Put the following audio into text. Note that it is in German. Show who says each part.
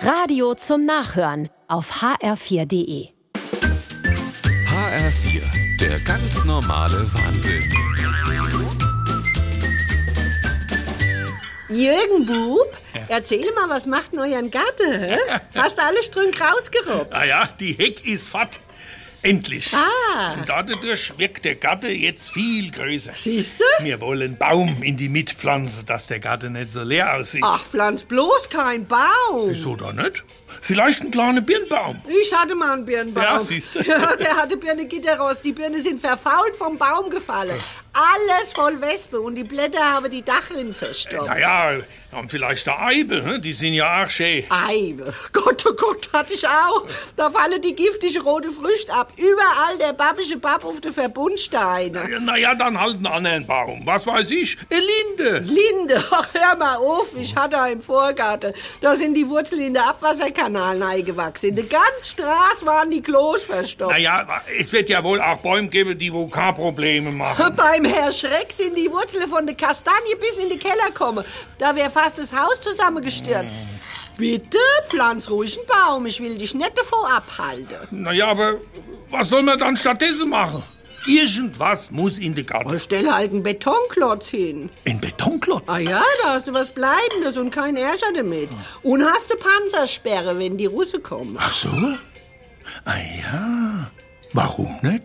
Speaker 1: Radio zum Nachhören auf hr4.de.
Speaker 2: HR4, der ganz normale Wahnsinn.
Speaker 3: Jürgen Bub, erzähl mal, was macht denn euren Gatte? hä? Hast du alle Strünke rausgeruppt?
Speaker 4: Ah ja, die Heck ist fort. Endlich.
Speaker 3: Ah.
Speaker 4: Und dadurch wirkt der Garten jetzt viel größer.
Speaker 3: Siehst du?
Speaker 4: Wir wollen Baum in die Mitte pflanzen, dass der Garten nicht so leer aussieht.
Speaker 3: Ach, pflanz bloß kein Baum.
Speaker 4: Wieso da nicht? Vielleicht ein kleiner Birnbaum.
Speaker 3: Ich hatte mal einen Birnbaum.
Speaker 4: Ja, siehst du.
Speaker 3: Ja, der hatte Birne Gitterrost. Die Birne sind verfault vom Baum gefallen. Alles voll Wespe und die Blätter haben die Dachrinne verstopft.
Speaker 4: Naja, haben vielleicht eine Eibe, hm? die sind ja auch schön.
Speaker 3: Eibe. Gott, oh Gott, hatte ich auch. Da fallen die giftige rote Früchte ab. Überall der babische Papp auf den Verbundsteine.
Speaker 4: Ja, Naja, dann halt einen anderen Baum. Was weiß ich? Eine Linde.
Speaker 3: Linde, ach, hör mal auf, ich hatte im Vorgarten. Da sind die Wurzeln in der Abwasserkanal neigewachsen. In der ganzen Straße waren die Klos verstopft.
Speaker 4: Naja, es wird ja wohl auch Bäume geben, die wo keine Probleme machen.
Speaker 3: Beim Herr Schreck sind die Wurzeln von der Kastanie bis in den Keller kommen. Da wäre fast das Haus zusammengestürzt. Bitte pflanz ruhig einen Baum, ich will dich nicht davon abhalten.
Speaker 4: Naja, aber was soll man dann stattdessen machen? Irgendwas muss in den Garten.
Speaker 3: Stell halt einen Betonklotz hin.
Speaker 4: Ein Betonklotz?
Speaker 3: Ah ja, da hast du was Bleibendes und kein Ärger damit. Und hast du Panzersperre, wenn die Russen kommen.
Speaker 4: Ach so? Ah ja. Warum nicht?